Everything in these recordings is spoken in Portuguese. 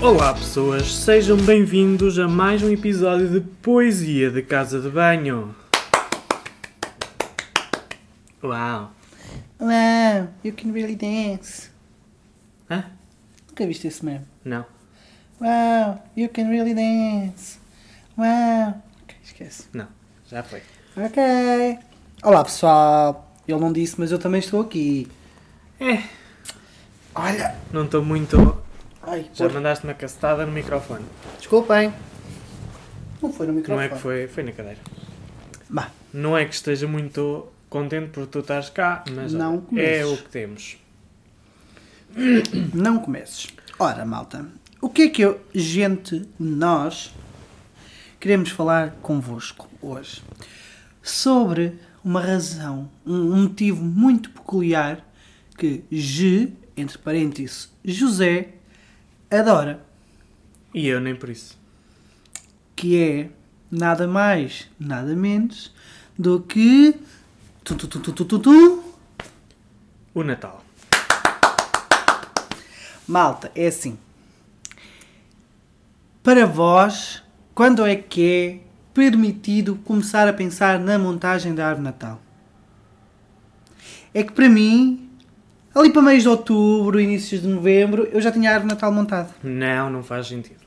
Olá pessoas, sejam bem-vindos a mais um episódio de Poesia de Casa de Banho. Uau! Wow, you can really dance. Hã? Nunca viste esse mesmo? Não. Wow, you can really dance. Wow. Ok, esquece. Não, já foi. Ok. Olá pessoal. Ele não disse, mas eu também estou aqui. É, Olha. não estou muito. Ai, Já por- mandaste uma castada no microfone. Desculpem. Não foi no Não microfone. é que foi, foi na cadeira. Bah, Não é que esteja muito contente por tu estares cá, mas Não olha, é o comeces. que temos. não comeces. Ora, malta. O que é que eu, gente, nós, queremos falar convosco hoje? Sobre uma razão, um um motivo muito peculiar que G, entre parênteses, José, adora. E eu nem por isso. que é nada mais, nada menos do que. Tu, tu, tu, tu, tu, tu, tu. O Natal. Malta, é assim. Para vós, quando é que é permitido começar a pensar na montagem da árvore de natal? É que para mim, ali para meios de outubro, inícios de novembro, eu já tinha a árvore de natal montada. Não, não faz sentido.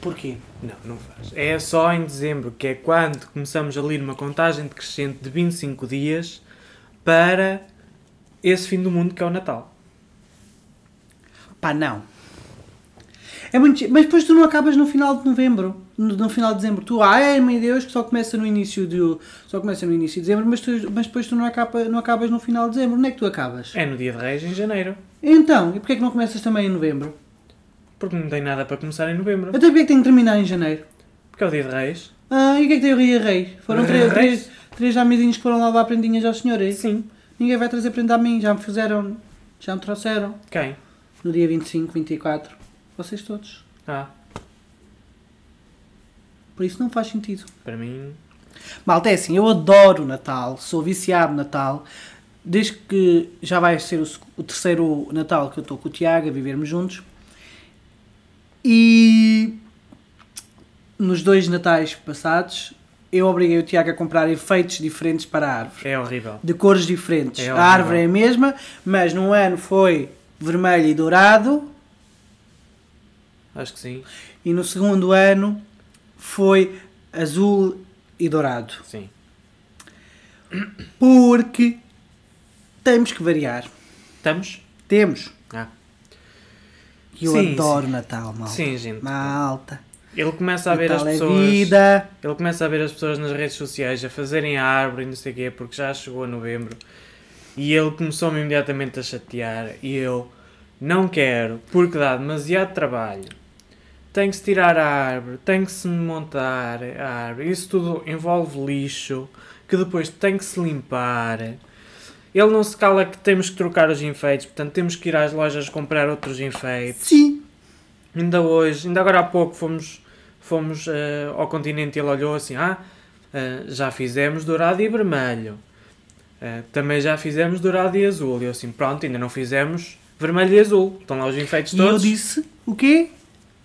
Porquê? Não, não faz. É só em dezembro, que é quando começamos ali numa contagem decrescente de 25 dias para esse fim do mundo que é o Natal. Pá, não. É muito... chi- Mas depois tu não acabas no final de novembro, no, no final de dezembro. Tu, ai meu Deus, que só começa no início de, só começa no início de dezembro, mas, tu, mas depois tu não, acaba, não acabas no final de dezembro. Onde é que tu acabas? É no Dia de Reis, em janeiro. Então, e porquê é que não começas também em novembro? Porque não tem nada para começar em novembro. Até porquê é que tem que terminar em janeiro? Porque é o Dia de Reis. Ah, e o que é que tem o Ria Reis? Foram três, Reis? três, três amizinhos que foram lá levar prendinhas aos senhores? Sim. Ninguém vai trazer prenda a mim, já me fizeram, já me trouxeram. Quem? No dia 25, 24, vocês todos. Ah, Por isso não faz sentido. para mim. Malta, é assim, eu adoro o Natal, sou viciado no Natal. Desde que já vai ser o, sec- o terceiro Natal que eu estou com o Tiago a vivermos juntos. E nos dois Natais passados, eu obriguei o Tiago a comprar efeitos diferentes para a árvore É horrível. de cores diferentes. É a árvore é a horrível. mesma, mas num ano foi vermelho e dourado, Acho que sim. e no segundo ano foi azul e dourado. Sim. Porque temos que variar. Estamos? Temos. Ah. E eu Sim, adoro Natal, malta. Sim, gente. Malta. Ele começa a ver as Natal é pessoas. vida. Ele começa a ver as pessoas nas redes sociais a fazerem a árvore e não sei o quê, porque já chegou a novembro. E ele começou-me imediatamente a chatear. E eu não quero, porque dá demasiado trabalho. Tem que se tirar a árvore, tem que se montar a árvore. Isso tudo envolve lixo, que depois tem que se limpar. Ele não se cala que temos que trocar os enfeites, portanto temos que ir às lojas comprar outros enfeites. Sim. Ainda hoje, ainda agora há pouco fomos, fomos eh, ao continente e ele olhou assim, ah, eh, já fizemos dourado e vermelho. Eh, também já fizemos dourado e azul. E eu assim, pronto, ainda não fizemos vermelho e azul. Estão lá os enfeites E eu todos. disse o quê?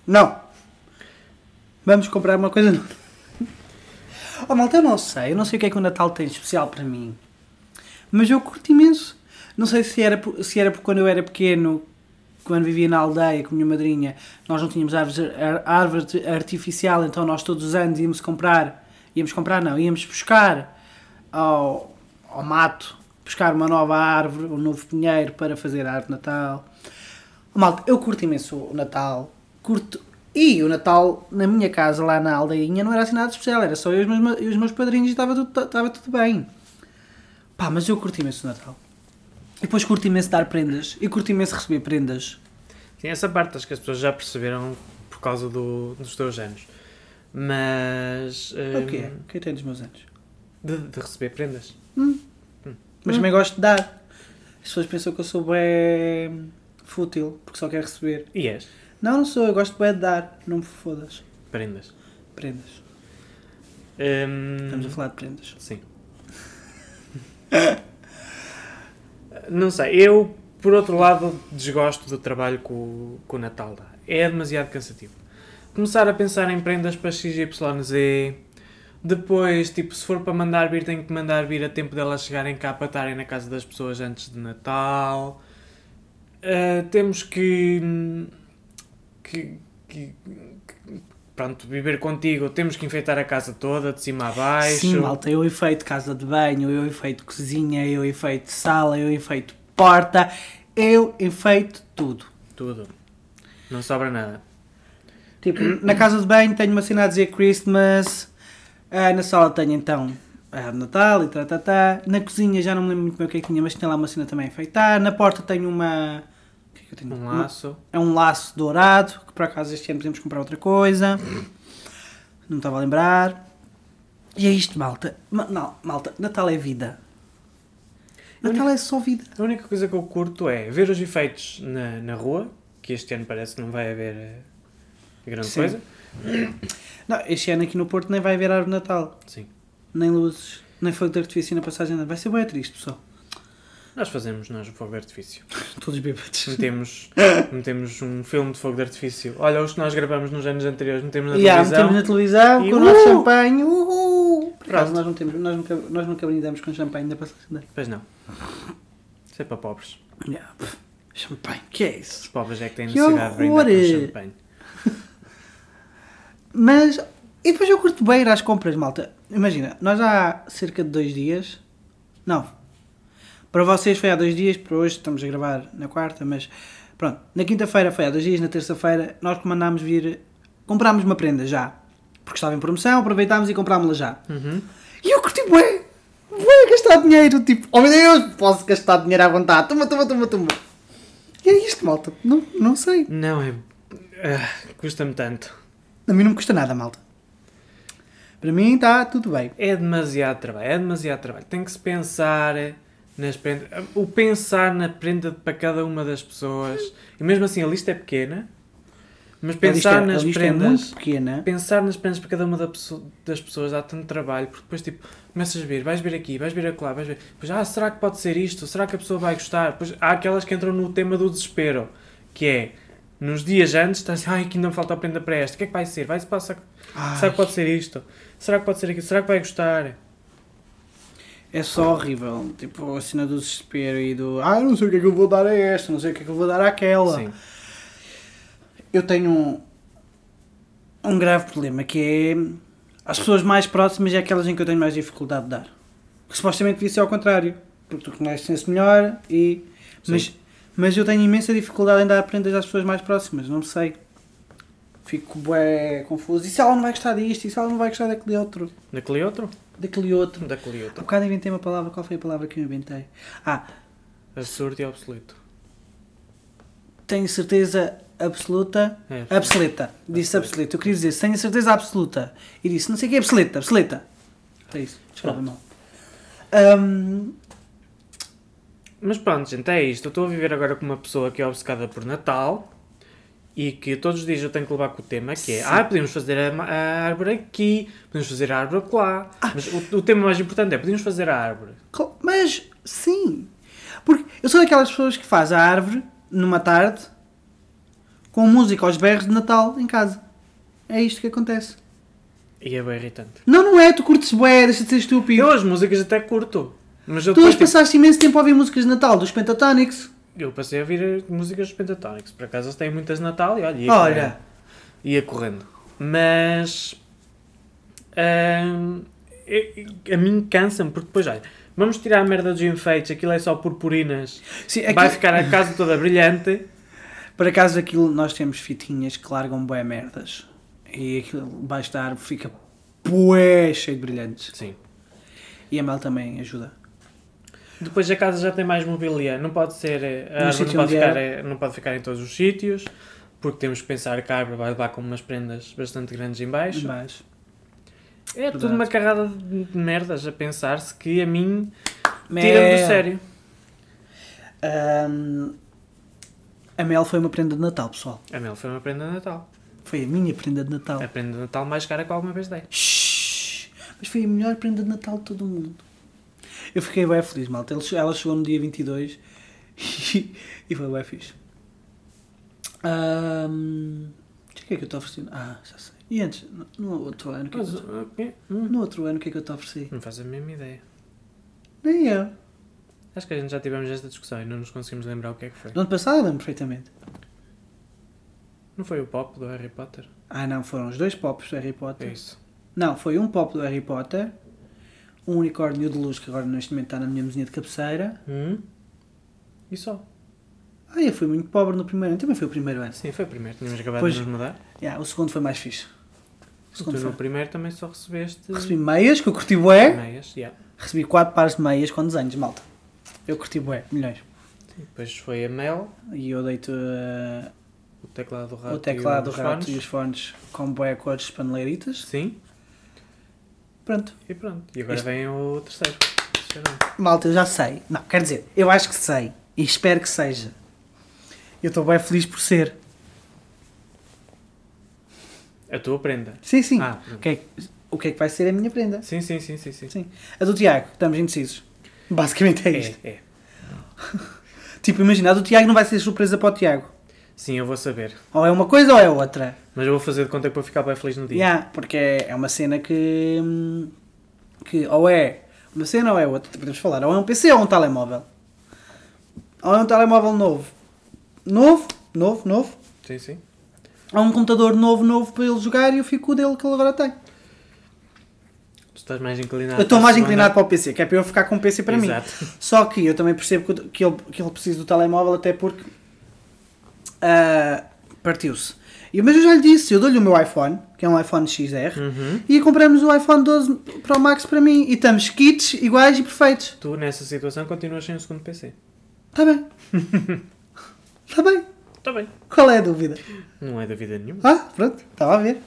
Não. Vamos comprar uma coisa nova. Oh, malta, eu não sei. Eu não sei o que é que o Natal tem de especial para mim. Mas eu curto imenso. Não sei se era, por- se era porque quando eu era pequeno, quando vivia na aldeia com a minha madrinha, nós não tínhamos árvores ar- árvore de- artificial, então nós todos os anos íamos comprar, íamos comprar não, íamos buscar ao, ao mato, buscar uma nova árvore, um novo pinheiro para fazer a árvore de Natal. Malta, eu curto imenso o Natal. Curto. E o Natal na minha casa, lá na aldeinha, não era assim nada especial. Era só eu e os meus, e os meus padrinhos e estava tudo, estava tudo bem. Pá, mas eu curto imenso o Natal. E depois curto imenso dar prendas. E curto imenso receber prendas. Sim, essa parte acho que as pessoas já perceberam por causa do- dos teus anos. Mas... O que é? eh, O que é que tem dos meus anos? de, de receber prendas. Mas também gosto de dar. As pessoas pensam que eu sou bem fútil, porque só quero receber. E és. Não, não sou. Eu gosto bem de dar. Não me fodas. Prendas. Prendas. Hum, Estamos a falar de prendas. Sim. Não sei, eu por outro lado, desgosto do trabalho que o, que o Natal dá. É demasiado cansativo. Começar a pensar em prendas para XYZ. Depois, tipo, se for para mandar vir, tenho que mandar vir a tempo delas chegarem cá para estarem na casa das pessoas antes de Natal. Ah, temos que, que, que- que- Pronto, viver contigo. Temos que enfeitar a casa toda, de cima a baixo. Sim, malta, eu efeito casa de banho, eu efeito cozinha, eu efeito sala, eu efeito porta, eu efeito tudo. Tudo. Não sobra nada. Tipo, na casa de banho tenho uma cena a dizer Christmas, ah, na sala tenho então ah, Natal e tá, tá, tá. na cozinha já não me lembro muito bem o que é que tinha, mas tinha lá uma cena também a enfeitar, na porta tenho uma... o que é que eu tenho? Um Uma- laço. É um laço dourado, que por acaso este ano podemos comprar outra coisa. Não me estava a lembrar. E é isto, malta. Ma- Não, malta, Natal é vida. Natal é só vida. A única coisa que eu curto é ver os efeitos na, na rua, que este ano parece que não vai haver eh, grande Sim. coisa. Não, este ano aqui no Porto nem vai haver árvore de Natal, Sim. nem luzes, nem fogo de artifício na passagem. de ano. Vai ser bem triste, pessoal. Nós fazemos nós o fogo de artifício. Todos bêbados. Metemos, metemos um filme de fogo de artifício. Olha, os que nós gravamos nos anos anteriores, metemos na E há, televisão. metemos na televisão E com o nosso uhul! champanhe. Uhul! Por acaso, Pronto. nós, não temos, nós, nunca, nós nunca brindamos com champanhe na passagem. de ano. Pois não. Isso é para pobres. Yeah, pff, Champanhe, que é isso? Os pobres é que têm Que necessidade de brindar horror! com champanhe. Mas. E depois eu curto bem ir às compras, malta. Imagina, nós há cerca de dois dias. Não. Para vocês foi há dois dias, para hoje estamos a gravar na quarta, mas. Pronto, na quinta-feira foi há dois dias, na terça-feira nós comandámos vir. Comprámos uma prenda já. Porque estava em promoção, aproveitámos e comprámos-la já. Uhum. E eu curti bem. Vou gastar dinheiro, tipo, oh meu Deus, posso gastar dinheiro à vontade. Toma, toma, toma, toma. E é isto, malta. Não, não sei. Não é. ah, Custa-me tanto. A mim não me custa nada, malta. Para mim está tudo bem. É demasiado trabalho, é demasiado trabalho. Tem que se pensar nas prendas. O pensar na prenda de- para cada uma das pessoas. E mesmo assim a lista é pequena, mas pensar A lista- a nas lista É prendas. muito pequena. Pensar nas prendas para cada uma da pesso- das pessoas dá tanto trabalho, porque depois tipo, começas a ver, vais ver aqui, vais ver acolá, vais ver. Pois, ah, será que pode ser isto? Será que a pessoa vai gostar? Pois há aquelas que entram no tema do desespero, que é nos dias antes estás, ai, que ainda me falta a prenda para esta, o que é que vai ser? Vai-se passar. Ai, Será que pode ser isto? Será que pode ser aquilo? Será que vai gostar? É só horrível. Tipo, a cena do desespero e do. Ah, eu não sei o que é que eu vou dar a esta, não sei o que é que eu vou dar àquela. Sim. Eu tenho um, um grave problema que é. As pessoas mais próximas é aquelas em que eu tenho mais dificuldade de dar. Que supostamente devia ser ao contrário. Porque tu conheces melhor e. Mas, mas eu tenho imensa dificuldade em dar prendas às pessoas mais próximas, não sei. Fico bué confuso. E se ela não vai gostar disto? E se ela não vai gostar daquele outro? Daquele outro? Daquele outro? Daquele Há outro. bocado inventei uma palavra, qual foi a palavra que eu inventei? Ah, Absurdo e obsoleto. tenho certeza absoluta. É, Absoluta. Disse Absoluta. absoluta. Eu queria dizer, tenho certeza absoluta. E disse, não sei o que é absoluta, absoluta. É isso. Desculpa, mal. Hum, Mas pronto, gente, é isto. Eu estou a viver agora com uma pessoa que é obcecada por Natal e que todos os dias eu tenho que levar com o tema que é Sim. ah, podemos fazer a, ma- a árvore aqui, podemos fazer a árvore lá. Ah. Mas o, o tema mais importante é podemos fazer a árvore. cl- mas, sim. Porque eu sou daquelas pessoas que faz a árvore numa tarde com música aos berros de Natal em casa. É isto que acontece. E é bem irritante. Não, não é, tu curtes bué, deixa de ser estúpido. Eu as músicas até curto, mas eu, tu depois, hoje tipo, passaste imenso tempo a ouvir músicas de Natal dos Pentatonics. eu passei a ouvir músicas dos Pentatónicos. Por acaso eles têm muitas de Natal e é olha, ia correndo. Olha, ia correndo. Mas ahm, eu- eu- a mim cansa-me, porque depois olha, vamos tirar a merda dos enfeites, aquilo é só purpurinas, sim, aqui- vai ficar a casa toda brilhante. por acaso aquilo nós temos fitinhas que largam bué merdas. E aquilo baixo da árvore fica bué cheio de brilhantes. Sim. E a mel também ajuda. Depois a casa já tem mais mobília, não pode ser, eh, No a árvore não Um sítio pode, onde é. ficar, eh, não pode ficar em todos os sítios, porque temos que pensar que a árvore vai levar com umas prendas bastante grandes em baixo. Mas, É tudo Verdade. uma carrada de de merdas a pensar-se que a mim tira-me do Mel. sério. Ahm, a mel foi uma prenda de Natal, pessoal. A Mel foi uma prenda de Natal. Foi a minha prenda de Natal. A prenda de Natal mais cara que alguma vez dei. Shhh, mas foi a melhor prenda de Natal de todo o mundo. Eu fiquei bem feliz, malta. Ele che- Ela chegou no dia 22 E, e foi bem fixe. Ahm, o que é que eu te ofereci? Ah, já sei. E antes, no, no outro ano, o que é que Mas, eu o quê? te- Hum, no outro ano, o que é que eu te ofereci? Não faz a mesma ideia. Nem eu. Acho que a gente já tivemos esta discussão e não nos conseguimos lembrar o que é que foi. Do ano passado eu lembro perfeitamente. Não foi o pop do Harry Potter? Ah, não, foram os dois pops do Harry É Potter. isso. Não, foi um pop do Harry Potter, um unicórnio de luz que agora neste momento está na minha mesinha de cabeceira. Hum? E só? Ah, eu fui muito pobre no primeiro ano, também foi o primeiro ano. Sim, foi o primeiro. Tínhamos acabado Pois. de nos mudar. Yeah, o segundo foi mais fixe. O Tu segundo foi. no primeiro também só recebeste... Recebi meias, que eu curti bué. Meias, yeah. Recebi quatro pares de meias com desenhos, malta. Eu curti bué, milhões. Depois foi a Mel, E eu deito uh, o teclado do rato o teclado, e o os rato e fones. os fones com bué cores paneleiritas. Sim, Pronto. e pronto. E agora Isto- vem o terceiro. Terceiro. Malta, eu já sei. Não, quer dizer, eu acho que sei. E espero que seja. Eu estou bem feliz por ser. A tua prenda. Sim, sim. Ah, O que, é que, o que é que vai ser a minha prenda? sim, sim, sim, sim, sim. Sim. A do Tiago, estamos indecisos. Basicamente é isto. É, é. Tipo, imagina, a do Tiago não vai ser surpresa para o Tiago. Sim, eu vou saber. Ou é uma coisa ou é outra. Mas eu vou fazer de conta que vou ficar bem feliz no dia. Yeah, porque é é uma cena que. hum, que ou é uma cena ou é outra. Podemos falar, ou é um PC ou é um telemóvel. Ou é um telemóvel novo. Novo, novo, novo. Sim, sim. Ou um computador novo, novo para ele jogar e eu fico com o dele que ele agora tem. Tu estás mais inclinado. Eu estou para a mais segunda. inclinado para o PC, que é para eu ficar com o PC para mim. tá né? Exato. Só que eu também percebo que, o- que ele, que ele precisa do telemóvel, até porque ah, partiu-se. E- Mas eu já lhe disse, eu dou-lhe o meu iPhone, que é um iPhone XR, Uhum. e compramos o iPhone 12 Pro Max para mim. E estamos kits iguais e perfeitos. Tu, nessa situação, continuas sem o segundo PC. Está bem. Está bem. Está Tá bem. Qual é a dúvida? Não é dúvida nenhuma. Ah, pronto, estava a ver.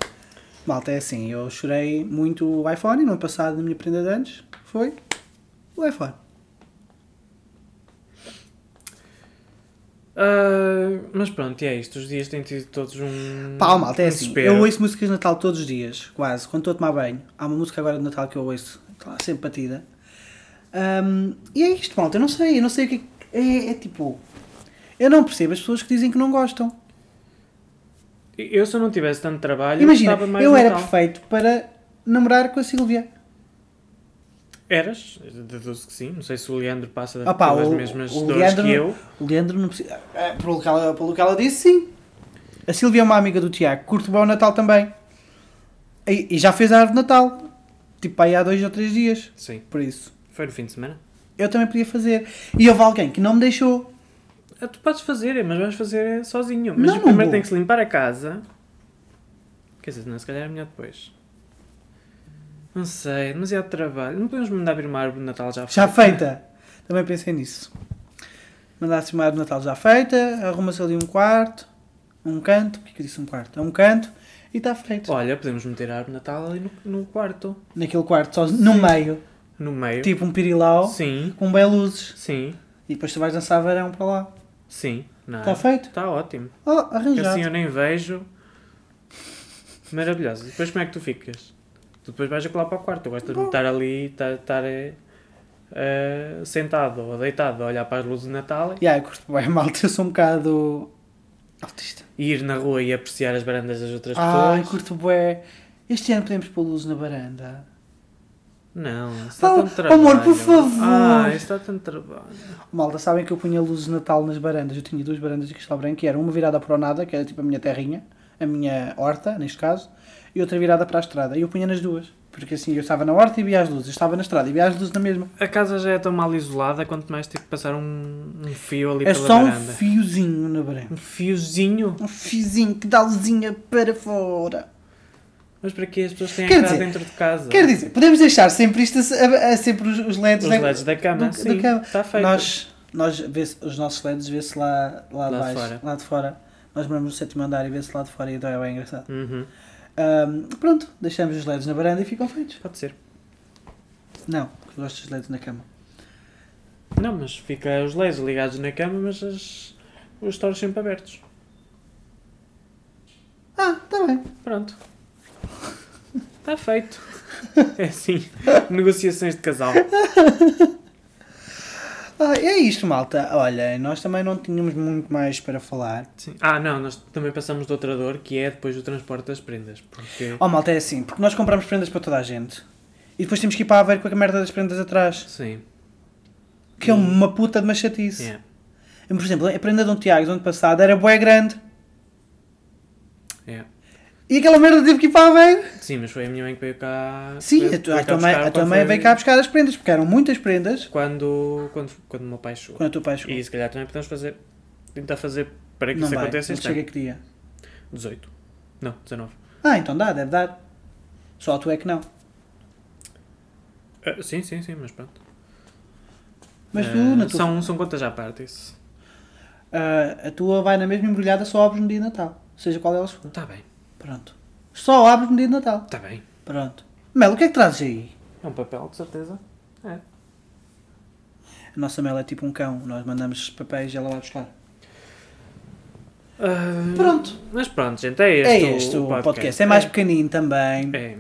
Malta, é assim, eu chorei muito o iPhone no ano passado, na minha prenda de anos, foi o iPhone. Ah, mas pronto, e é isto. Os dias têm tido todos um. Pá, ó, malta, é um assim. desespero. Eu ouço músicas de Natal todos os dias, quase. Quando estou a tomar banho, há uma música agora de Natal que eu ouço, tá sempre batida. Ahm, e é isto, malta. Eu não sei, eu não sei o que é que- é. É tipo. Eu não percebo as pessoas que dizem que não gostam. Eu, se eu não tivesse tanto trabalho, Imagina, gostava mais eu de era Natal. perfeito para namorar com a Silvia. Eras? Deduzo que sim. Não sei se o Leandro passa Ah pá, pelas o- mesmas o dores Leandro- que eu. O Leandro não precisa. ah, Pelo que ela, pelo que ela disse, sim. A Silvia é uma amiga do Tiago, curte bem o Natal também. E, e já fez a árvore de Natal. Tipo, aí há dois ou três dias. Sim. Por isso. Foi no fim de semana. Eu também podia fazer. E houve alguém que não me deixou. Ah, tu podes fazer, mas vais fazer sozinho. Mas Não, eu não primeiro vou. tem que se limpar a casa. Quer dizer, não, se calhar é melhor depois. Não sei, demasiado trabalho. Não podemos mandar vir uma árvore de Natal já Já feita. Também pensei nisso. Mandasse uma árvore de Natal já feita, arruma-se ali um quarto, um canto, porque que eu disse um quarto? É um canto e está feito. Olha, podemos meter a árvore de Natal ali no, no quarto. Naquele quarto, só no meio, No meio. tipo um pirilau, Sim, com bem luzes. sim, E depois tu vais dançar verão para lá. sim. Não. Está Tá feito? Está ótimo. Oh, Porque arranjado. Assim eu nem vejo. Maravilhoso. E depois como é que tu ficas? Tu depois vais a colar para o quarto. Eu gosto de Bom. estar ali, estar, estar eh, eh, sentado ou deitado a olhar para as luzes de Natal Yeah, eu curto bem, malta, eu sou um bocado autista. e ir na rua e apreciar as barandas das outras Ah, pessoas. curto bué. Este ano podemos pôr luz na varanda. Não, isso dá Oh, tanto trabalho. amor, por favor. Ah, isso dá tanto trabalho. Malta, sabem que eu punha luzes de Natal nas barandas. Eu tinha duas barandas de cristal branco e era uma virada para o nada, que era tipo a minha terrinha, a minha horta, neste caso, e outra virada para a estrada. E eu punha nas duas. Porque assim, eu estava na horta e via as luzes. Eu estava na estrada e via as luzes na mesma. A casa já é tão mal isolada quanto mais ter que passar um, um fio ali é pela só um varanda. fiozinho na varanda. Um fiozinho? Um fiozinho que dá luzinha para fora. Mas para que as pessoas têm Quer a casa dizer- dentro de casa? Quer dizer, podemos deixar sempre isto a- a- a- sempre os, os LEDs os na- LEDs da cama, do- sim, da cama. está feito. Nós, nós vê-se- os nossos LEDs vê-se lá, lá, Lá de de baixo, fora. lá de fora. Nós moramos no sétimo andar e vê-se lá de fora e então é bem engraçado. Uhum. Ahm, pronto, deixamos os LEDs na varanda e ficam feitos. Pode ser. Não, porque eu gosto dos LEDs na cama. Não, mas fica os LEDs ligados na cama, mas as- os torres sempre abertos. Ah, está bem. Pronto. Está feito. É assim. Negociações de casal. Ah, é isto, malta. Olha, nós também não tínhamos muito mais para falar. Sim. Ah, não, nós também passamos de outra dor, que é depois do transporte das prendas. Porque. Oh, malta, é assim, porque nós compramos prendas para toda a gente e depois temos que ir para a ver com a merda das prendas atrás, Sim. é, que é uma puta de machatice. Yeah. Por exemplo, a prenda de um Tiago do ano passado era bué grande Yeah. e aquela merda teve que ir para a ver. é. Sim, mas foi a minha mãe que veio cá. Sim, veio- a, tua- veio a cá tua buscar mãe, a tua quando mãe foi- veio cá buscar as prendas, porque eram muitas prendas Quando, quando, quando o meu pai chegou. quando o teu pai chegou. E se calhar também podemos fazer. Tentar fazer para que não isso então? vai, aconteça não este chega ano. que dia. 18. Não, 19. Ah, então dá, deve dar. Só tu é que não. Ah, sim, sim, sim, mas pronto. Mas tu, Ah, na tua, são, são contas à parte isso. ah, a tua vai na mesma embrulhada, só abres no dia de Natal. Seja qual é o segundo. Está Tá bem, Pronto. Só abres no dia de Natal. está bem. Pronto. Mel, o que é que trazes aí? É um papel, de certeza. É. A nossa Mel é tipo um cão, nós mandamos papéis e ela vai buscar. Ah, Pronto. Mas pronto, gente, é este, é este o podcast. É mais pequenino também. É.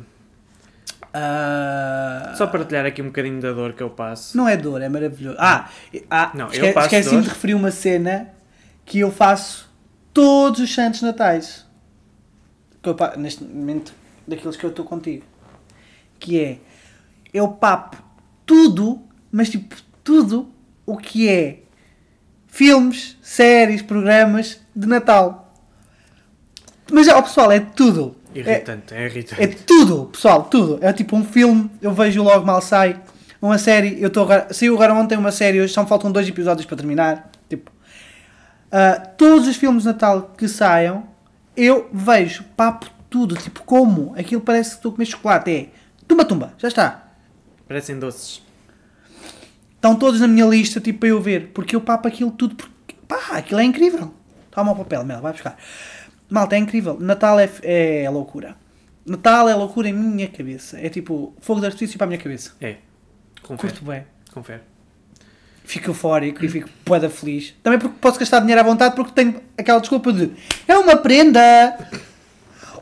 Ah, Só partilhar aqui um bocadinho da dor que eu passo. Não é dor, é maravilhoso. Ah, e- ah Não, eu esque- passo esqueci-me dor. de referir uma cena que eu faço todos os santos natais. Que eu pa- neste momento, daqueles que eu estou contigo. Que é, eu papo tudo, mas tipo, tudo o que é filmes, séries, programas de Natal. Mas, ó pessoal, é tudo. É- Irritante, é, irritante. é tudo, pessoal, tudo. É tipo um filme, eu vejo logo mal sai. Uma série, eu estou agora. Saiu agora ontem uma série, hoje só faltam dois episódios para terminar. Tipo. ah, todos os filmes de Natal que saiam, eu vejo papo tudo. Tipo, como? Aquilo parece que estou a comer chocolate. É tumba-tumba, já está. é- Parecem doces. Estão todos na minha lista, tipo, para eu ver. Porque eu papo aquilo tudo. Porque, pá, aquilo é incrível. Toma o papel, Mel, vai buscar. Malta, é incrível. Natal é, é loucura. Natal é loucura em minha cabeça. É tipo, fogo de artifício para a minha cabeça. É. Confere, Curto bem. confere. Fico eufórico e fico poeda feliz. Também porque posso gastar dinheiro à vontade porque tenho aquela desculpa de é uma prenda.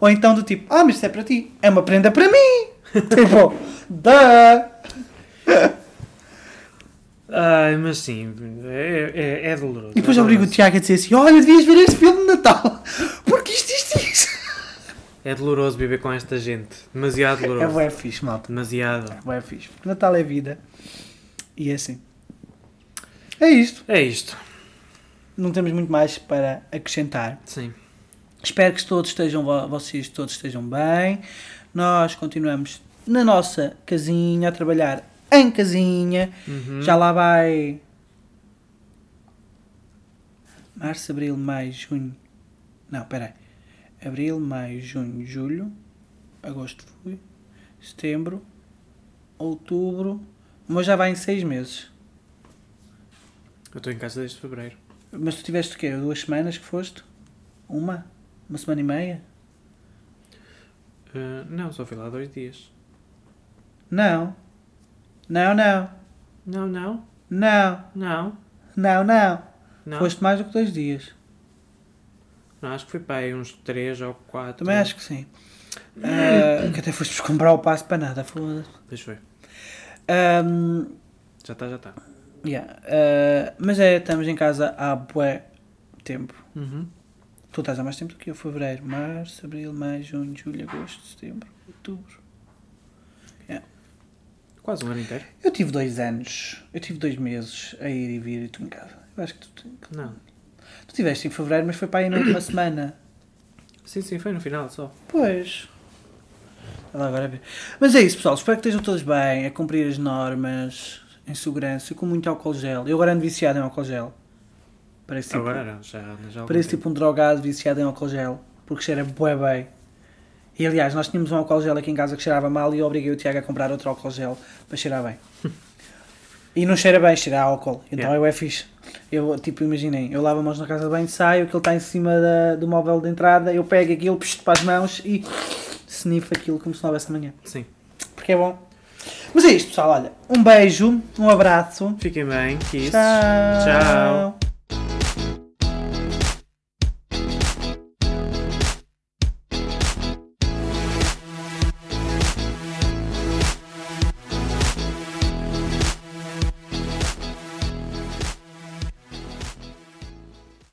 Ou então do tipo, ah, mas isto é para ti. É uma prenda para mim. tipo, da. Ai, mas sim, é, é, é doloroso. E depois é obrigo o doloroso. Tiago a dizer assim: Olha, devias ver este filme de Natal, porque isto, isto, isto. É doloroso viver com esta gente. Demasiado É doloroso. bué fixe, malta. Demasiado. Bué fixe. Porque Natal é vida. E é assim. É isto. É isto. Não temos muito mais para acrescentar. Sim. Espero que todos estejam, vo- vocês todos estejam bem. Nós continuamos na nossa casinha, a trabalhar em casinha. Uhum. Já lá vai. Março, abril, maio, junho. Não, peraí. Abril, maio, junho, julho. Agosto fui. Setembro. Outubro. Mas já vai em seis meses. Eu estou em casa desde fevereiro. Mas tu tiveste o quê? Duas semanas que foste? Uma? Uma semana e meia? Ah, não, só fui lá dois dias. Não. Não, não. Não, não, Não. não, Não, não. não. Foste mais do que dois dias. Não, acho que foi para aí uns três ou quatro. Também acho que sim. Ah, que até foste comprar o passo para nada, foda-se. Pois foi. Ahm, Já está, já tá. está. yeah, ah, mas é, estamos em casa há bué tempo. Uhum. Tu estás há mais tempo do que eu. Fevereiro, março, abril, maio, junho, julho, agosto, setembro, outubro. Quase um ano inteiro. Eu tive dois anos. Eu tive dois meses a ir e vir e tu em casa. Eu acho que tu, tu Não. tiveste em fevereiro, mas foi para aí na última semana. Sim, sim, foi no final só. Pois. Vai lá agora ver. Mas é isso, pessoal. Espero que estejam todos bem, a cumprir as normas, em segurança, e com muito álcool gel. Eu agora ando viciado em álcool gel. Parece tipo, Agora não, já, já há algum parece tempo. tipo um drogado viciado em álcool gel, porque cheira bué bem. E aliás, nós tínhamos um álcool gel aqui em casa que cheirava mal e eu obriguei o Tiago a comprar outro álcool gel para cheirar bem. e não cheira bem, cheira a álcool. Então Yeah. eu é fixe. Eu, tipo, imaginem, eu lavo as mãos na casa de banho, saio, aquilo está em cima da- do móvel de entrada, eu pego aquilo, puxo para as mãos e sniffo aquilo como se não houvesse amanhã. Sim. Porque é bom. Mas é isto, pessoal. Olha, um beijo, um abraço. Fiquem bem, que isso. Tchau.